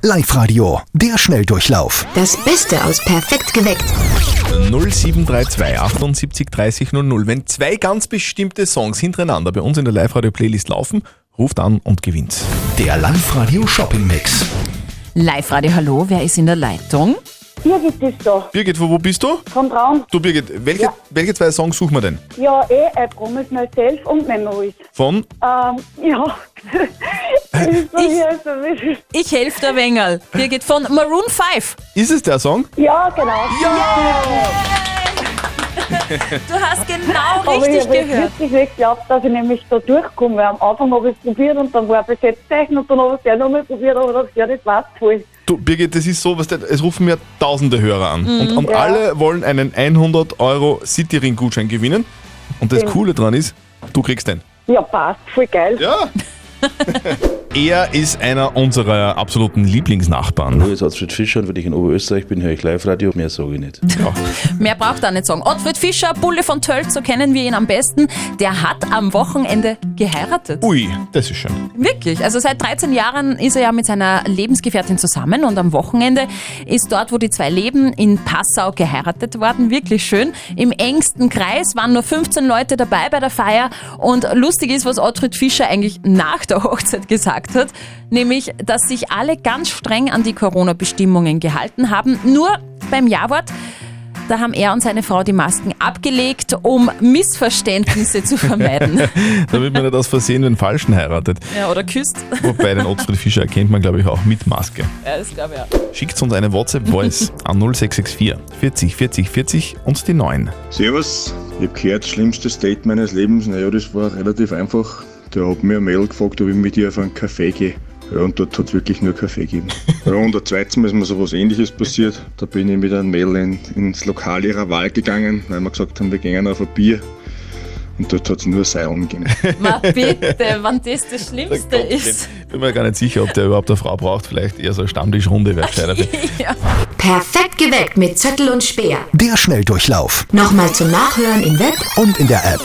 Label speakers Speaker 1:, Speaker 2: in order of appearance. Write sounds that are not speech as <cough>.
Speaker 1: Live-Radio, der Schnelldurchlauf.
Speaker 2: Das Beste aus Perfekt geweckt.
Speaker 3: 0732 78 30 00. Wenn zwei ganz bestimmte Songs hintereinander bei uns in der Live-Radio-Playlist laufen, ruft an und gewinnt.
Speaker 1: Der Live-Radio Shopping Mix.
Speaker 4: Live-Radio, hallo, wer ist in der Leitung?
Speaker 5: Birgit ist da,
Speaker 3: Birgit, wo, wo bist du?
Speaker 5: vom Raum.
Speaker 3: Du, Birgit, welche,
Speaker 5: Ja.
Speaker 3: welche zwei Songs suchen wir denn?
Speaker 5: Ja, eh, I promise myself und Memories.
Speaker 3: Von?
Speaker 5: Ähm, <laughs> ja,
Speaker 4: Äh,
Speaker 5: das ist bei mir also wirklich.
Speaker 4: Ich helfe der Wengerl. Hier geht von Maroon 5.
Speaker 3: Ist es der Song?
Speaker 5: Ja, genau.
Speaker 3: Ja!
Speaker 4: Du hast genau
Speaker 5: Aber ich
Speaker 4: richtig
Speaker 5: habe
Speaker 4: gehört.
Speaker 5: wirklich nicht geglaubt, dass ich nämlich da durchkomme. Am Anfang habe ich es probiert und dann war ein Besetzzeichen und dann habe ich es gleich nochmal probiert und habe gedacht, ja, das war's voll.
Speaker 3: Du, Birgit, das ist so, was, es rufen mir tausende Hörer an. Und, und alle wollen einen 100 Euro Cityring-Gutschein gewinnen. Und das Coole dran ist, du kriegst den.
Speaker 5: Ja, passt, voll geil.
Speaker 3: Ja! er ist einer unserer absoluten Lieblingsnachbarn.
Speaker 6: Hallo, ist Alfred Fischer und wenn ich in Oberösterreich bin, höre ich Live-Radio. Mehr sage ich nicht.
Speaker 4: Mehr braucht er nicht sagen. Ottfried Fischer, Bulle von Tölz, so kennen wir ihn am besten. Der hat am Wochenende geheiratet.
Speaker 3: Ui, das ist schön.
Speaker 4: Wirklich. Also seit 13 Jahren ist er ja mit seiner Lebensgefährtin zusammen und am Wochenende ist dort, wo die zwei leben, in Passau geheiratet worden. Wirklich schön. Im engsten Kreis waren nur 15 Leute dabei bei der Feier und lustig ist, was Ottfried Fischer eigentlich nach der Hochzeit gesagt hat, nämlich, dass sich alle ganz streng an die Corona-Bestimmungen gehalten haben. Nur beim Ja-Wort da haben er und seine Frau die Masken abgelegt, um Missverständnisse zu vermeiden. <laughs>
Speaker 3: Damit man nicht aus Versehen den Falschen heiratet.
Speaker 4: ja, oder küsst.
Speaker 3: Wobei den Ottfried Fischer erkennt man, glaube ich, auch mit Maske.
Speaker 4: Ja, das glaube ich auch.
Speaker 3: Schickt uns eine WhatsApp-Voice an 0664 40 40 40 und die 9.
Speaker 7: Servus, ich hab gehört, das schlimmste Date meines Lebens, naja, das war relativ einfach. Da hat mir ein Mädel gefragt, ob ich mit ihr auf einen Kaffee gehe. Ja, und dort hat es wirklich nur Kaffee gegeben. Ja, und ein zweites Mal ist mir sowas ähnliches passiert. Da bin ich mit einem Mädel in, ins Lokal ihrer Wahl gegangen, weil wir gesagt haben, wir gehen auf ein Bier. Und dort hat es nur Seilen gegeben.
Speaker 4: Ma bitte, wann das das Schlimmste ist.
Speaker 3: Bin mir gar nicht sicher, ob der überhaupt eine Frau braucht. Vielleicht eher so eine Stammtischrunde wäre gescheiter.
Speaker 2: Perfekt geweckt mit Zettel und Speer.
Speaker 1: Der Schnelldurchlauf.
Speaker 2: Nochmal zum Nachhören im Web
Speaker 1: Und in der App.